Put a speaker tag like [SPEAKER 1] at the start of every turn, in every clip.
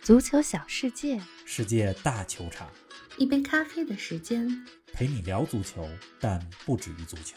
[SPEAKER 1] 足球小世界，
[SPEAKER 2] 世界大球场，
[SPEAKER 1] 一杯咖啡的时间。
[SPEAKER 2] 陪你聊足球，但不止于足球。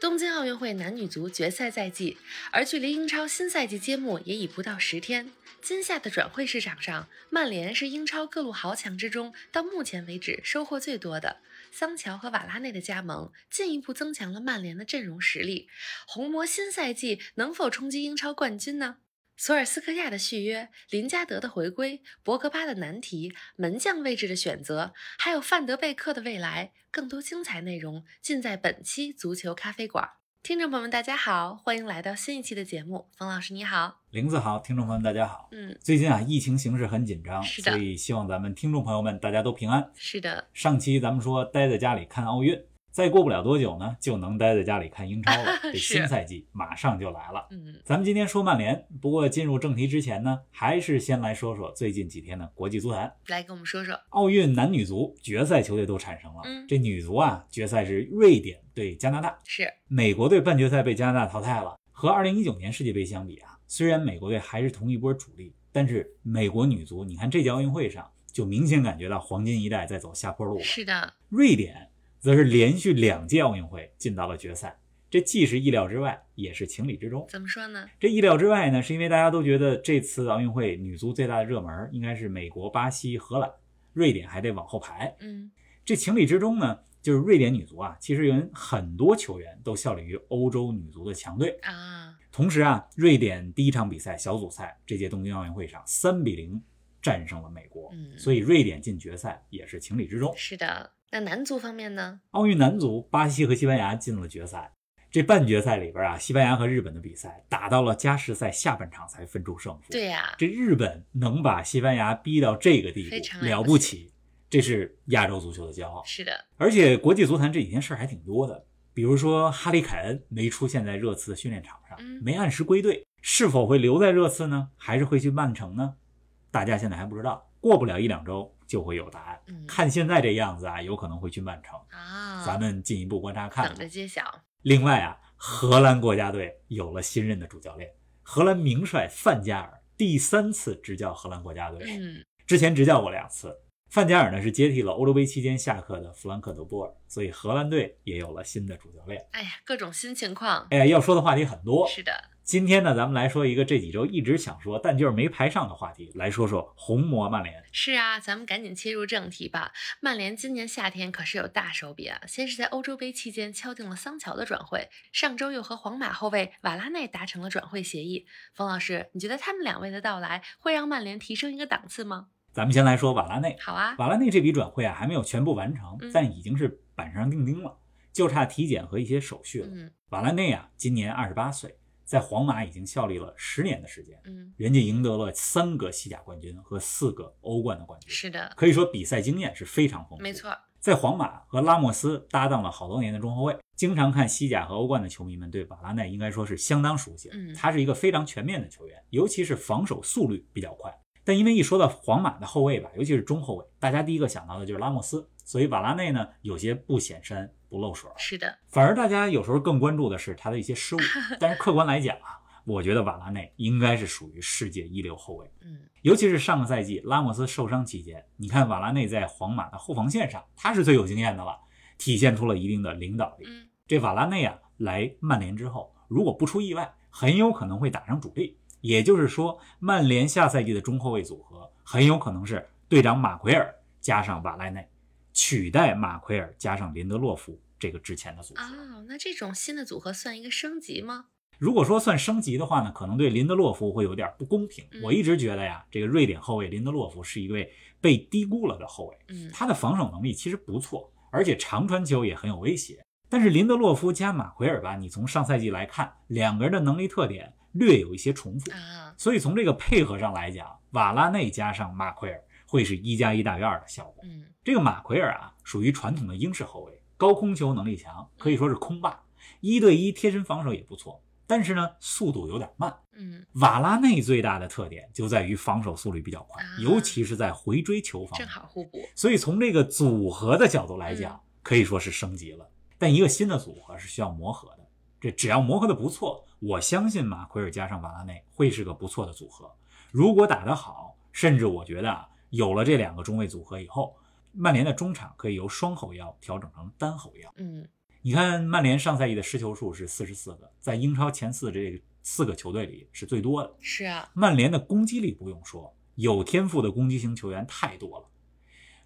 [SPEAKER 1] 东京奥运会男女足决赛在即，而距离英超新赛季揭幕也已不到十天。今夏的转会市场上，曼联是英超各路豪强之中到目前为止收获最多的。桑乔和瓦拉内的加盟，进一步增强了曼联的阵容实力。红魔新赛季能否冲击英超冠军呢？索尔斯克亚的续约、林加德的回归、博格巴的难题、门将位置的选择，还有范德贝克的未来，更多精彩内容尽在本期足球咖啡馆。听众朋友们，大家好，欢迎来到新一期的节目。冯老师你好，
[SPEAKER 2] 林子好，听众朋友们大家好。
[SPEAKER 1] 嗯，
[SPEAKER 2] 最近啊，疫情形势很紧张，
[SPEAKER 1] 是的
[SPEAKER 2] 所以希望咱们听众朋友们大家都平安。
[SPEAKER 1] 是的，
[SPEAKER 2] 上期咱们说待在家里看奥运，再过不了多久呢，就能待在家里看英超 了。这
[SPEAKER 1] 是
[SPEAKER 2] 新赛季马上就来了。
[SPEAKER 1] 嗯，
[SPEAKER 2] 咱们今天说曼联，不过进入正题之前呢，还是先来说说最近几天的国际足坛。
[SPEAKER 1] 来给我们说说，
[SPEAKER 2] 奥运男女足决赛球队都产生了，
[SPEAKER 1] 嗯
[SPEAKER 2] 这女足啊，决赛是瑞典对加拿大，
[SPEAKER 1] 是
[SPEAKER 2] 美国队半决赛被加拿大淘汰了。和2019年世界杯相比啊，虽然美国队还是同一波主力，但是美国女足，你看这届奥运会上就明显感觉到黄金一代在走下坡路了。
[SPEAKER 1] 是的，
[SPEAKER 2] 瑞典则是连续两届奥运会进到了决赛，这既是意料之外，也是情理之中。
[SPEAKER 1] 怎么说呢？
[SPEAKER 2] 这意料之外呢，是因为大家都觉得这次奥运会女足最大的热门应该是美国、巴西、荷兰，瑞典还得往后排。
[SPEAKER 1] 嗯，
[SPEAKER 2] 这情理之中呢，就是瑞典女足啊，其实有很多球员都效力于欧洲女足的强队。
[SPEAKER 1] 啊，
[SPEAKER 2] 同时啊，瑞典第一场比赛小组赛这届东京奥运会上三比零战胜了美国，
[SPEAKER 1] 嗯
[SPEAKER 2] 所以瑞典进决赛也是情理之中。
[SPEAKER 1] 是的。那男足方面呢？
[SPEAKER 2] 奥运男足，巴西和西班牙进了决赛。这半决赛里边啊，西班牙和日本的比赛打到了加时赛下半场才分出胜负。
[SPEAKER 1] 对呀、
[SPEAKER 2] 这日本能把西班牙逼到这个地
[SPEAKER 1] 非常
[SPEAKER 2] 步，
[SPEAKER 1] 了
[SPEAKER 2] 了
[SPEAKER 1] 不
[SPEAKER 2] 不起，这是亚洲足球的骄傲。
[SPEAKER 1] 是的，
[SPEAKER 2] 而且国际足坛这几天事儿还挺多的，比如说哈里凯恩没出现在热刺的训练场上，
[SPEAKER 1] 嗯
[SPEAKER 2] 没按时归队，是否会留在热刺呢？还是会去曼城呢？大家现在还不知道，过不了一两周就会有答案。
[SPEAKER 1] 嗯
[SPEAKER 2] 看现在这样子啊，有可能会去曼城，
[SPEAKER 1] 啊，
[SPEAKER 2] 咱们进一步观察看
[SPEAKER 1] 等
[SPEAKER 2] 吧
[SPEAKER 1] 着。揭晓。
[SPEAKER 2] 另外啊，荷兰国家队有了新任的主教练，荷兰名帅范加尔第三次执教荷兰国家队。
[SPEAKER 1] 嗯，
[SPEAKER 2] 之前执教过两次。范加尔呢是接替了欧洲杯期间下课的弗兰克·德波尔，所以荷兰队也有了新的主教练。
[SPEAKER 1] 哎呀，各种新情况。
[SPEAKER 2] 哎呀，要说的话题很多。
[SPEAKER 1] 是的，
[SPEAKER 2] 今天呢，咱们来说一个这几周一直想说但就是没排上的话题，来说说红魔曼联。
[SPEAKER 1] 是啊，咱们赶紧切入正题吧。曼联今年夏天可是有大手笔啊，先是在欧洲杯期间敲定了桑乔的转会，上周又和皇马后卫瓦拉内达成了转会协议。冯老师，你觉得他们两位的到来会让曼联提升一个档次吗？
[SPEAKER 2] 咱们先来说瓦拉内，
[SPEAKER 1] 好啊，
[SPEAKER 2] 瓦拉内这笔转会啊还没有全部完成
[SPEAKER 1] 嗯，
[SPEAKER 2] 但已经是板上钉钉了，就差体检和一些手续了。
[SPEAKER 1] 嗯
[SPEAKER 2] 瓦拉内啊，今年二十八岁，在皇马已经效力了十年的时间，
[SPEAKER 1] 嗯，
[SPEAKER 2] 人家赢得了三个西甲冠军和四个欧冠的冠军。
[SPEAKER 1] 是的，
[SPEAKER 2] 可以说比赛经验是非常丰富。
[SPEAKER 1] 没，错，
[SPEAKER 2] 在皇马和拉莫斯搭档了好多年的中后卫，经常看西甲和欧冠的球迷们对瓦拉内应该说是相当熟悉了。
[SPEAKER 1] 嗯
[SPEAKER 2] 他是一个非常全面的球员，尤其是防守速率比较快。但因为一说到皇马的后卫吧，尤其是中后卫，大家第一个想到的就是拉莫斯，所以瓦拉内呢有些不显山不露水，
[SPEAKER 1] 是的，
[SPEAKER 2] 反而大家有时候更关注的是他的一 些失误。但是客观来讲啊，我觉得瓦拉内应该是属于世界一流后卫。
[SPEAKER 1] 嗯
[SPEAKER 2] 尤其是上个赛季拉莫斯受伤期间，你看瓦拉内在皇马的后防线上，他是最有经验的了，体现出了一定的领导力。
[SPEAKER 1] 嗯，
[SPEAKER 2] 这瓦拉内啊，来曼联之后，如果不出意外，很有可能会打上主力。也就是说，曼联下赛季的中后卫组合很有可能是队长马奎尔加上瓦拉内，取代马奎尔加上林德洛夫这个之前的组合。
[SPEAKER 1] 哦，那这种新的组合算一个升级吗？
[SPEAKER 2] 如果说算升级的话呢，可能对林德洛夫会有点不公平
[SPEAKER 1] 嗯。
[SPEAKER 2] 我一直觉得呀，这个瑞典后卫林德洛夫是一位被低估了的后卫，
[SPEAKER 1] 嗯，
[SPEAKER 2] 他的防守能力其实不错，而且长传球也很有威胁。但是林德洛夫加马奎尔吧，你从上赛季来看，两个人的能力特点略有一些重复，
[SPEAKER 1] 啊，
[SPEAKER 2] 所以从这个配合上来讲，瓦拉内加上马奎尔会是一加一大于二的效果。
[SPEAKER 1] 嗯
[SPEAKER 2] 这个马奎尔啊，属于传统的英式后卫，高空球能力强，可以说是空霸，一对一贴身防守也不错。但是呢，速度有点慢。
[SPEAKER 1] 嗯，
[SPEAKER 2] 瓦拉内最大的特点就在于防守速率比较快
[SPEAKER 1] 啊，
[SPEAKER 2] 尤其是在回追球方
[SPEAKER 1] 正
[SPEAKER 2] 面。
[SPEAKER 1] 好互补。
[SPEAKER 2] 所以从这个组合的角度来讲，可以说是升级了。但一个新的组合是需要磨合的，这只要磨合的不错，我相信马奎尔加上瓦拉内会是个不错的组合。如果打得好，甚至我觉得啊，有了这两个中卫组合以后，曼联的中场可以由双后腰调整成单后腰。
[SPEAKER 1] 嗯
[SPEAKER 2] 你看曼联上赛季的失球数是四十四个，在英超前四这四个球队里是最多的。
[SPEAKER 1] 是啊，
[SPEAKER 2] 曼联的攻击力不用说，有天赋的攻击型球员太多了。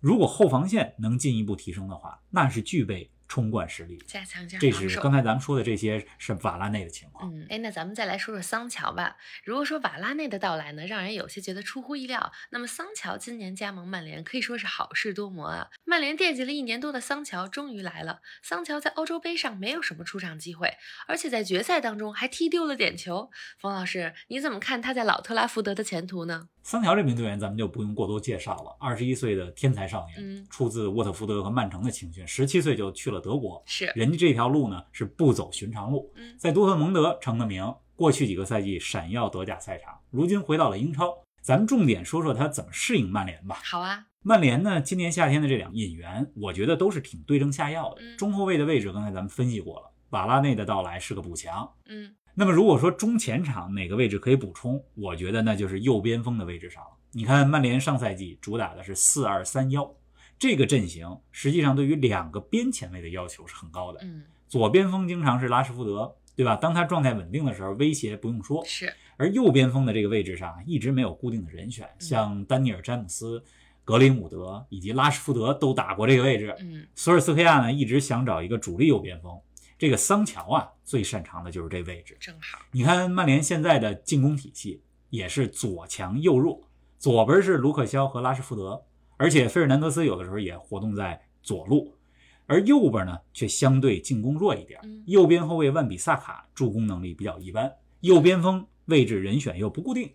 [SPEAKER 2] 如果后防线能进一步提升的话，那是具备冲冠实力的。
[SPEAKER 1] 加强一下
[SPEAKER 2] 这
[SPEAKER 1] 防
[SPEAKER 2] 是
[SPEAKER 1] 守
[SPEAKER 2] 刚。才咱们说的这些是瓦拉内的情况。
[SPEAKER 1] 嗯，哎，那咱们再来说说桑乔吧。如果说瓦拉内的到来呢，让人有些觉得出乎意料，那么桑乔今年加盟曼联可以说是好事多磨啊。曼联惦记了一年多的桑乔终于来了。桑乔在欧洲杯上没有什么出场机会，而且在决赛当中还踢丢了点球。冯老师，你怎么看他在老特拉福德的前途呢？
[SPEAKER 2] 桑乔这名队员咱们就不用过多介绍了，二十一岁的天才少年，
[SPEAKER 1] 嗯
[SPEAKER 2] 出自沃特福德和曼城的青训，十七岁就去了德国。
[SPEAKER 1] 是，
[SPEAKER 2] 人家这条路呢是不走寻常路，
[SPEAKER 1] 嗯
[SPEAKER 2] 在多特蒙德成了名，过去几个赛季闪耀德甲赛场，如今回到了英超。咱们重点说说他怎么适应曼联吧。
[SPEAKER 1] 好啊，
[SPEAKER 2] 曼联呢，今年夏天的这两引援，我觉得都是挺对症下药的。
[SPEAKER 1] 嗯
[SPEAKER 2] 中后卫的位置，刚才咱们分析过了，瓦拉内的到来是个补强。
[SPEAKER 1] 嗯
[SPEAKER 2] 那么如果说中前场哪个位置可以补充，我觉得那就是右边锋的位置上了。你看曼联上赛季主打的是四二三幺，这个阵型实际上对于两个边前卫的要求是很高的。
[SPEAKER 1] 嗯，
[SPEAKER 2] 左边锋经常是拉什福德，对吧？当他状态稳定的时候，威胁不用说。
[SPEAKER 1] 是，
[SPEAKER 2] 而右边锋的这个位置上啊一直没有固定的人选，像丹尼尔·詹姆斯、格林伍德以及拉什福德都打过这个位置。
[SPEAKER 1] 嗯
[SPEAKER 2] 索尔斯克亚呢一直想找一个主力右边锋，这个桑乔啊最擅长的就是这位置。
[SPEAKER 1] 正好，
[SPEAKER 2] 你看曼联现在的进攻体系也是左强右弱，左边是卢克肖和拉什福德，而且费尔南德斯有的时候也活动在左路，而右边呢却相对进攻弱一点
[SPEAKER 1] 嗯。
[SPEAKER 2] 右边后卫万比萨卡助攻能力比较一般，右边锋位置人选又不固定。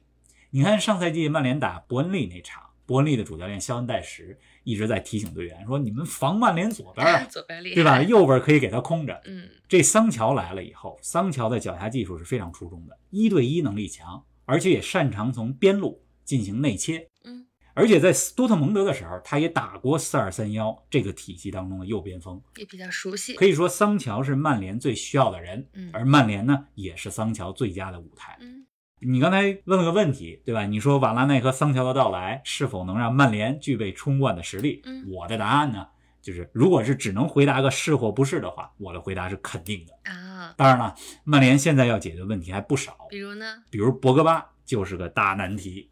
[SPEAKER 2] 你看上赛季曼联打伯恩利那场，伯恩利的主教练肖恩戴什一直在提醒队员说：“你们防曼联左边 啊，
[SPEAKER 1] 左边厉害，
[SPEAKER 2] 对吧？？右边可以给他空着。”
[SPEAKER 1] 嗯
[SPEAKER 2] 这桑乔来了以后，桑乔的脚下技术是非常出众的，一对一能力强，而且也擅长从边路进行内切。
[SPEAKER 1] 嗯，
[SPEAKER 2] 而且在多特蒙德的时候，他也打过四二三幺这个体系当中的右边锋。
[SPEAKER 1] 也比较熟悉
[SPEAKER 2] 可。以说，桑乔是曼联最需要的人，
[SPEAKER 1] 嗯
[SPEAKER 2] 而曼联呢，也是桑乔最佳的舞台。
[SPEAKER 1] 嗯
[SPEAKER 2] 你刚才问了个问题，对吧？你说瓦拉内和桑乔的到来是否能让曼联具备冲冠的实力？
[SPEAKER 1] 嗯
[SPEAKER 2] 我的答案呢，就是如果是只能回答个是或不是的话，我的回答是肯定的。
[SPEAKER 1] 啊，
[SPEAKER 2] 当然了，曼联现在要解决问题还不少，
[SPEAKER 1] 比如呢？
[SPEAKER 2] 比如博格巴就是个大难题。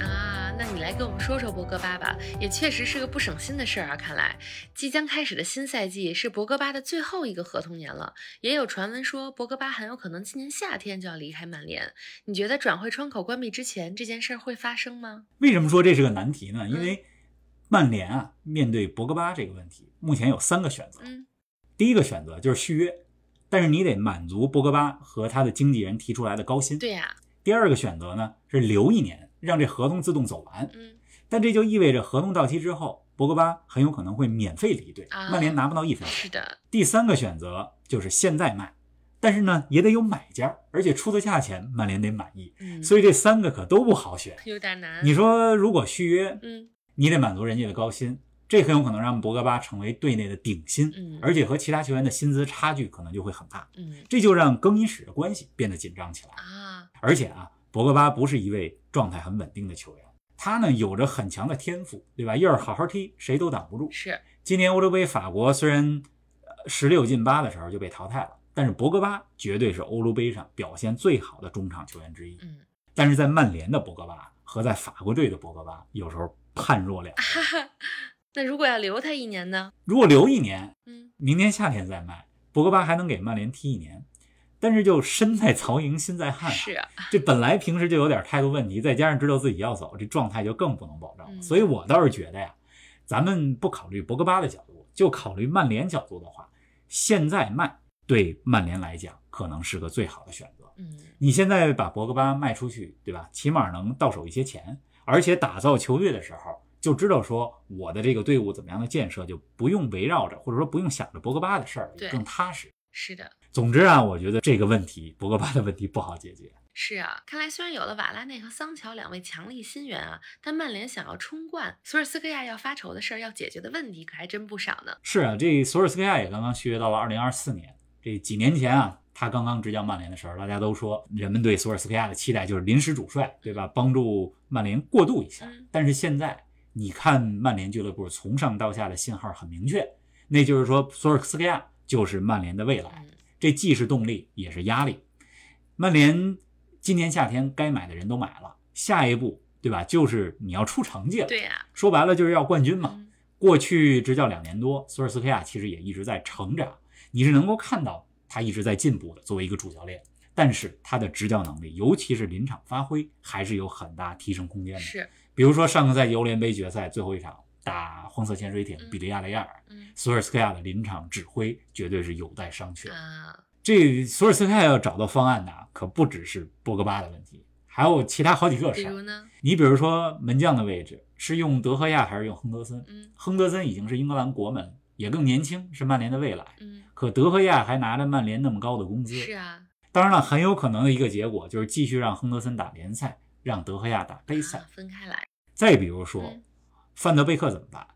[SPEAKER 1] 啊，那你来跟我们说说博格巴吧，也确实是个不省心的事儿啊。看来即将开始的新赛季是博格巴的最后一个合同年了，也有传闻说博格巴很有可能今年夏天就要离开曼联。你觉得转会窗口关闭之前这件事儿会发生吗？
[SPEAKER 2] 为什么说这是个难题呢？因
[SPEAKER 1] 嗯
[SPEAKER 2] 为曼联啊，面对博格巴这个问题，目前有三个选择。
[SPEAKER 1] 嗯
[SPEAKER 2] 第一个选择就是续约，但是你得满足博格巴和他的经纪人提出来的高薪。
[SPEAKER 1] 对呀、
[SPEAKER 2] 第二个选择呢是留一年，让这合同自动走完。
[SPEAKER 1] 嗯
[SPEAKER 2] 但这就意味着合同到期之后，博格巴很有可能会免费离队，
[SPEAKER 1] 啊
[SPEAKER 2] 曼联拿不到一分钱。
[SPEAKER 1] 是的，
[SPEAKER 2] 第三个选择就是现在卖，但是呢也得有买家，而且出的价钱曼联得满意，
[SPEAKER 1] 嗯，
[SPEAKER 2] 所以这三个可都不好选。
[SPEAKER 1] 有点难。
[SPEAKER 2] 你说如果续约，
[SPEAKER 1] 嗯
[SPEAKER 2] 你得满足人家的高薪，这很有可能让博格巴成为队内的顶薪
[SPEAKER 1] 嗯，
[SPEAKER 2] 而且和其他球员的薪资差距可能就会很大，
[SPEAKER 1] 嗯
[SPEAKER 2] 这就让更衣室的关系变得紧张起来。
[SPEAKER 1] 啊，
[SPEAKER 2] 而且啊，博格巴不是一位状态很稳定的球员，他呢有着很强的天赋，对吧？要是好好踢，谁都挡不住。
[SPEAKER 1] 是
[SPEAKER 2] 今年欧洲杯，法国虽然呃十六进八的时候就被淘汰了，但是博格巴绝对是欧洲杯上表现最好的中场球员之一。
[SPEAKER 1] 嗯，
[SPEAKER 2] 但是在曼联的博格巴和在法国队的博格巴有时候判若两人。
[SPEAKER 1] 哈哈。那如果要留他一年呢？
[SPEAKER 2] 如果留一年，
[SPEAKER 1] 嗯
[SPEAKER 2] 明年夏天再卖，博格巴还能给曼联踢一年。但是就身在曹营心在汉、啊，
[SPEAKER 1] 是啊
[SPEAKER 2] 这本来平时就有点态度问题，再加上知道自己要走，这状态就更不能保障了。
[SPEAKER 1] 嗯
[SPEAKER 2] 所以我倒是觉得呀，咱们不考虑博格巴的角度，就考虑曼联角度的话，现在卖对曼联来讲可能是个最好的选择。
[SPEAKER 1] 嗯
[SPEAKER 2] 你现在把博格巴卖出去，对吧？起码能到手一些钱，而且打造球队的时候，就知道说我的这个队伍怎么样的建设，就不用围绕着或者说不用想着博格巴的事儿，
[SPEAKER 1] 对
[SPEAKER 2] 也更踏实。
[SPEAKER 1] 是的，
[SPEAKER 2] 总之啊，我觉得这个问题，博格巴的问题不好解决。
[SPEAKER 1] 是啊，看来虽然有了瓦拉内和桑乔两位强力新援啊，但曼联想要冲冠，索尔斯克亚要发愁的事儿、要解决的问题可还真不少呢。
[SPEAKER 2] 是啊，这索尔斯克亚也刚刚续约到了二零二四年。这几年前啊，他刚刚执教曼联的时候，大家都说人们对索尔斯克亚的期待就是临时主帅，对吧？帮助曼联过渡一下
[SPEAKER 1] 嗯。
[SPEAKER 2] 但是现在，你看曼联俱乐部从上到下的信号很明确，那就是说索尔斯克亚就是曼联的未来。
[SPEAKER 1] 嗯，
[SPEAKER 2] 这既是动力，也是压力。曼联今年夏天该买的人都买了，下一步对吧？就是你要出成绩了。
[SPEAKER 1] 对呀、
[SPEAKER 2] 说白了就是要冠军嘛。
[SPEAKER 1] 嗯
[SPEAKER 2] 过去执教两年多，索尔斯克亚其实也一直在成长，你是能够看到他一直在进步的。作为一个主教练，但是他的执教能力，尤其是临场发挥，还是有很大提升空间的。
[SPEAKER 1] 是，
[SPEAKER 2] 比如说上个赛季欧联杯决赛最后一场打黄色潜水艇
[SPEAKER 1] 嗯
[SPEAKER 2] 比利亚雷亚尔，
[SPEAKER 1] 嗯
[SPEAKER 2] 索尔斯克亚的临场指挥绝对是有待商榷。
[SPEAKER 1] 啊，
[SPEAKER 2] 这索尔斯克亚要找到方案的，可不只是博格巴的问题，还有其他好几个
[SPEAKER 1] 比
[SPEAKER 2] 事
[SPEAKER 1] 如
[SPEAKER 2] 儿。
[SPEAKER 1] 呢，
[SPEAKER 2] 你比如说门将的位置是用德赫亚还是用亨德森？
[SPEAKER 1] 嗯
[SPEAKER 2] 亨德森已经是英格兰国门，也更年轻，是曼联的未来。
[SPEAKER 1] 嗯，
[SPEAKER 2] 可德赫亚还拿着曼联那么高的工资，
[SPEAKER 1] 是啊，
[SPEAKER 2] 当然了，很有可能的一个结果就是继续让亨德森打联赛，让德赫亚打杯赛。
[SPEAKER 1] 啊分开来，
[SPEAKER 2] 再比如说，
[SPEAKER 1] 嗯
[SPEAKER 2] 范德贝克怎么办？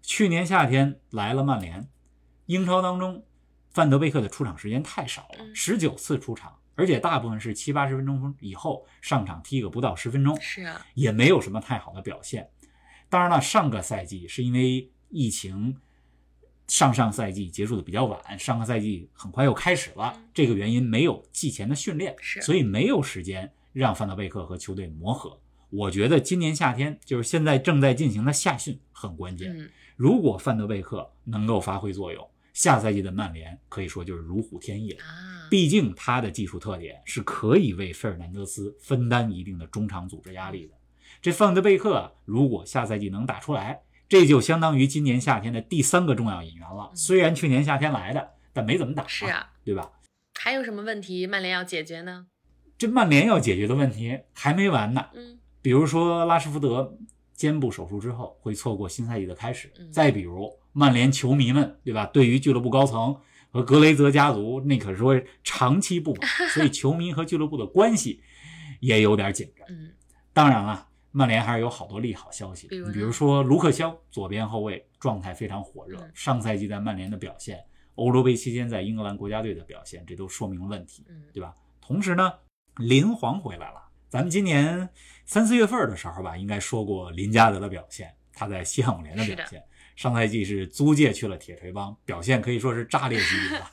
[SPEAKER 2] 去年夏天来了曼联，英超当中，范德贝克的出场时间太少了，
[SPEAKER 1] 嗯
[SPEAKER 2] 十九次出场，而且大部分是七八十分钟以后上场踢个不到十分钟，
[SPEAKER 1] 是啊，
[SPEAKER 2] 也没有什么太好的表现。当然了，上个赛季是因为疫情，上上赛季结束的比较晚，上个赛季很快又开始了，
[SPEAKER 1] 嗯
[SPEAKER 2] 这个原因没有季前的训练，
[SPEAKER 1] 是
[SPEAKER 2] 所以没有时间让范德贝克和球队磨合。我觉得今年夏天就是现在正在进行的夏训很关键。
[SPEAKER 1] 嗯，
[SPEAKER 2] 如果范德贝克能够发挥作用，下赛季的曼联可以说就是如虎添翼了。
[SPEAKER 1] 啊，
[SPEAKER 2] 毕竟他的技术特点是可以为费尔南德斯分担一定的中场组织压力的。这范德贝克啊如果下赛季能打出来，这就相当于今年夏天的第三个重要引援了。
[SPEAKER 1] 嗯
[SPEAKER 2] 虽然去年夏天来的，但没怎么打，
[SPEAKER 1] 是啊，
[SPEAKER 2] 对吧？
[SPEAKER 1] 还有什么问题曼联要解决呢？
[SPEAKER 2] 这曼联要解决的问题还没完呢。
[SPEAKER 1] 嗯
[SPEAKER 2] 比如说拉什福德肩部手术之后会错过新赛季的开始
[SPEAKER 1] 嗯，
[SPEAKER 2] 再比如曼联球迷们对吧？对于俱乐部高层和格雷泽家族那可说长期不满， 所以球迷和俱乐部的关系也有点紧张。
[SPEAKER 1] 嗯，
[SPEAKER 2] 当然了，曼联还是有好多利好消息，
[SPEAKER 1] 比如呢
[SPEAKER 2] 你比如说卢克肖左边后卫状态非常火热
[SPEAKER 1] 嗯，
[SPEAKER 2] 上赛季在曼联的表现，欧洲杯期间在英格兰国家队的表现，这都说明问题。
[SPEAKER 1] 嗯
[SPEAKER 2] 对吧？同时呢，林皇回来了。咱们今年三四月份的时候吧，应该说过林加德的表现，他在西汉姆联的表
[SPEAKER 1] 是
[SPEAKER 2] 现。上赛季是租借去了铁锤帮，表现可以说是炸裂级别了。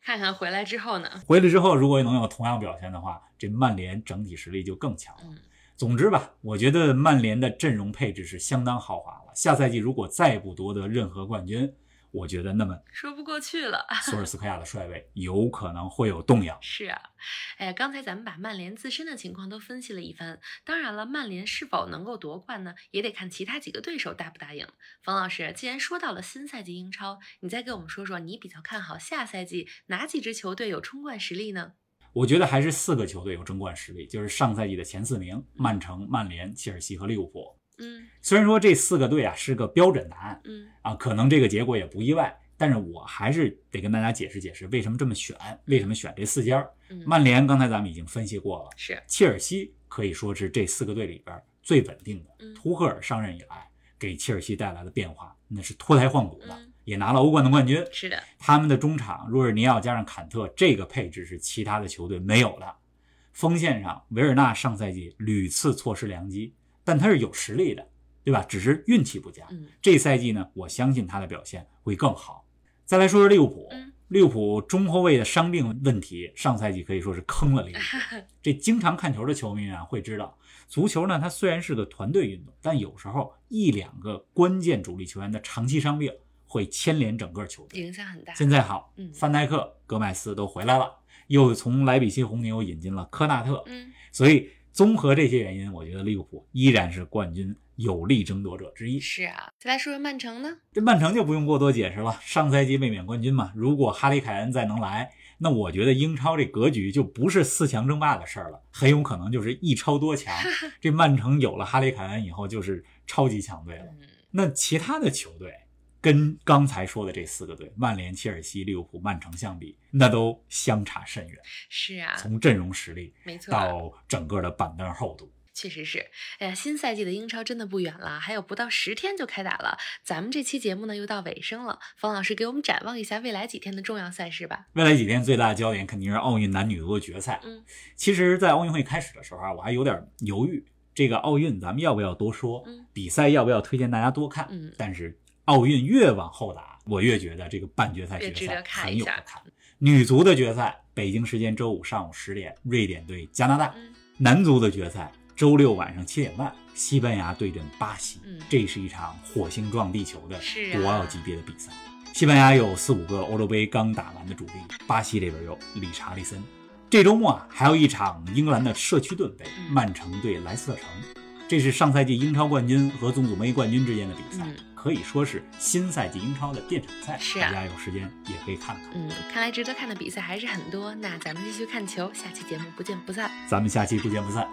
[SPEAKER 1] 看看回来之后呢，
[SPEAKER 2] 回来之后，如果能有同样表现的话，这曼联整体实力就更强了。
[SPEAKER 1] 嗯
[SPEAKER 2] 总之吧，我觉得曼联的阵容配置是相当豪华了。下赛季如果再不夺得任何冠军，我觉得那么
[SPEAKER 1] 说不过去了。
[SPEAKER 2] 索尔斯克亚的帅位有可能会有动摇。
[SPEAKER 1] 是啊，哎，刚才咱们把曼联自身的情况都分析了一番，当然了，曼联是否能够夺冠呢，也得看其他几个对手答不答应。冯老师，既然说到了新赛季英超，你再给我们说说你比较看好下赛季哪几支球队有冲冠实力呢？
[SPEAKER 2] 我觉得还是四个球队有争冠实力，就是上赛季的前四名：曼城、曼联、切尔西和利物浦。
[SPEAKER 1] 嗯
[SPEAKER 2] 虽然说这四个队啊是个标准答案
[SPEAKER 1] 嗯
[SPEAKER 2] 啊，可能这个结果也不意外，但是我还是得跟大家解释解释为什么这么选，为什么选这四家儿。
[SPEAKER 1] 嗯，
[SPEAKER 2] 曼联刚才咱们已经分析过了，
[SPEAKER 1] 是
[SPEAKER 2] 切尔西可以说是这四个队里边最稳定的。
[SPEAKER 1] 嗯
[SPEAKER 2] 图赫尔上任以来，给切尔西带来的变化那是脱胎换骨的
[SPEAKER 1] 嗯，
[SPEAKER 2] 也拿了欧冠的冠军。
[SPEAKER 1] 是的，
[SPEAKER 2] 他们的中场若尔尼奥加上坎特这个配置是其他的球队没有的。锋线上，维尔纳上赛季屡次错失良机，但他是有实力的，对吧？只是运气不佳。
[SPEAKER 1] 嗯
[SPEAKER 2] 这赛季呢，我相信他的表现会更好。再来说说利物浦
[SPEAKER 1] 嗯，
[SPEAKER 2] 利物浦中后卫的伤病问题，上赛季可以说是坑了利物 浦。这经常看球的球迷啊会知道，足球呢它虽然是个团队运动，但有时候一两个关键主力球员的长期伤病会牵连整个球队。
[SPEAKER 1] 影响很大。
[SPEAKER 2] 现在好
[SPEAKER 1] 嗯，
[SPEAKER 2] 范戴克、戈麦斯都回来了，又从莱比锡红牛引进了科纳特，
[SPEAKER 1] 嗯
[SPEAKER 2] 所以综合这些原因，我觉得利物浦依然是冠军有力争夺者之一。
[SPEAKER 1] 是啊，再来说说曼城呢？
[SPEAKER 2] 这曼城就不用过多解释了，上赛季卫冕冠军嘛，如果哈里凯恩再能来，那我觉得英超这格局就不是四强 争霸的事儿了，很有可能就是一超多强。这曼城有了哈里凯恩以后，就是超级强队了。
[SPEAKER 1] 嗯，
[SPEAKER 2] 那其他的球队跟刚才说的这四个队，曼联、切尔西、利物浦、曼城相比，那都相差甚远。
[SPEAKER 1] 是啊，
[SPEAKER 2] 从阵容实力
[SPEAKER 1] 没错，
[SPEAKER 2] 到整个的板凳厚度，
[SPEAKER 1] 确实是，哎呀，新赛季的英超真的不远了，还有不到十天就开打了。咱们这期节目呢又到尾声了，方老师给我们展望一下未来几天的重要赛事吧。
[SPEAKER 2] 未来几天最大的焦点肯定是奥运男女足的决赛。
[SPEAKER 1] 嗯，
[SPEAKER 2] 其实，在奥运会开始的时候啊，我还有点犹豫，这个奥运咱们要不要多说
[SPEAKER 1] 嗯，
[SPEAKER 2] 比赛要不要推荐大家多看
[SPEAKER 1] 嗯？
[SPEAKER 2] 但是奥运越往后打，我越觉得这个半决赛、
[SPEAKER 1] 越值
[SPEAKER 2] 决
[SPEAKER 1] 得
[SPEAKER 2] 赛
[SPEAKER 1] 看
[SPEAKER 2] 很
[SPEAKER 1] 一
[SPEAKER 2] 有
[SPEAKER 1] 下
[SPEAKER 2] 的看。女足的决赛，北京时间周五上午十点，瑞典对加拿大；
[SPEAKER 1] 嗯
[SPEAKER 2] 男足的决赛，周六晚上七点半，西班牙对阵巴西
[SPEAKER 1] 嗯。
[SPEAKER 2] 这是一场火星撞地球的
[SPEAKER 1] 是啊
[SPEAKER 2] 国奥级别的比赛。西班牙有四五个欧洲杯刚打完的主力，巴西这边有理查利森。这周末啊，还有一场英格兰的社区盾杯，
[SPEAKER 1] 嗯
[SPEAKER 2] 曼城对莱斯特城，这是上赛季英超冠军和足总杯冠军之间的比赛，
[SPEAKER 1] 嗯
[SPEAKER 2] 可以说是新赛季英超的垫场赛。
[SPEAKER 1] 是啊
[SPEAKER 2] 大家有时间也可以看看。
[SPEAKER 1] 嗯，看来值得看的比赛还是很多。那咱们继续看球，下期节目不见不散。
[SPEAKER 2] 咱们下期不见不散。